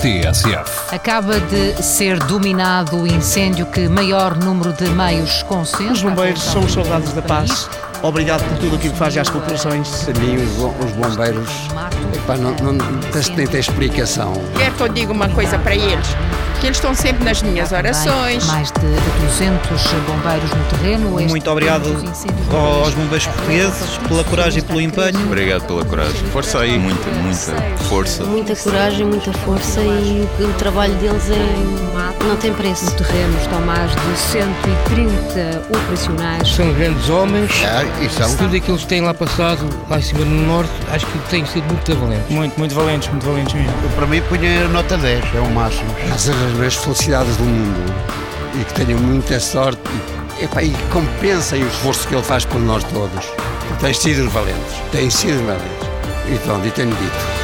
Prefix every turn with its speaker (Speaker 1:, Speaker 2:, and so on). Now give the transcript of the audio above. Speaker 1: TSF.
Speaker 2: Acaba de ser dominado o incêndio que maior número de meios concentra.
Speaker 3: Os bombeiros são os soldados da paz. Obrigado por tudo aquilo que fazem às populações.
Speaker 4: A mim, os, bo- os bombeiros, epá, não, não, nem tem explicação.
Speaker 5: Quer que eu diga uma coisa para eles, que eles estão sempre nas minhas
Speaker 2: Tá
Speaker 5: orações.
Speaker 2: Mais de 200 bombeiros no terreno. Este
Speaker 3: Muito obrigado
Speaker 2: dos incêndios é
Speaker 3: aos bombeiros portugueses pela coragem e pelo empenho.
Speaker 6: Obrigado pela coragem. Força aí. Muita, muita força.
Speaker 7: Muita coragem, muita força e o, o trabalho deles é, não tem preço.
Speaker 2: um No terreno estão mais de 130 operacionais.
Speaker 8: São grandes homens.
Speaker 9: Ah,
Speaker 4: É, e
Speaker 9: um
Speaker 4: são.
Speaker 8: Tudo aquilo que têm lá passado, lá em cima no Norte, acho que têm sido muito valentes.
Speaker 10: Muito, muito valentes, muito valentes mesmo.
Speaker 9: Para mim, punha nota 10, é o máximo.
Speaker 4: Às vezes, as maiores felicidades do mundo e que tenham muita sorte e, epá, e compensem o esforço que ele faz por nós todos. Têm sido valentes, têm sido valentes. E pronto, e tenho dito.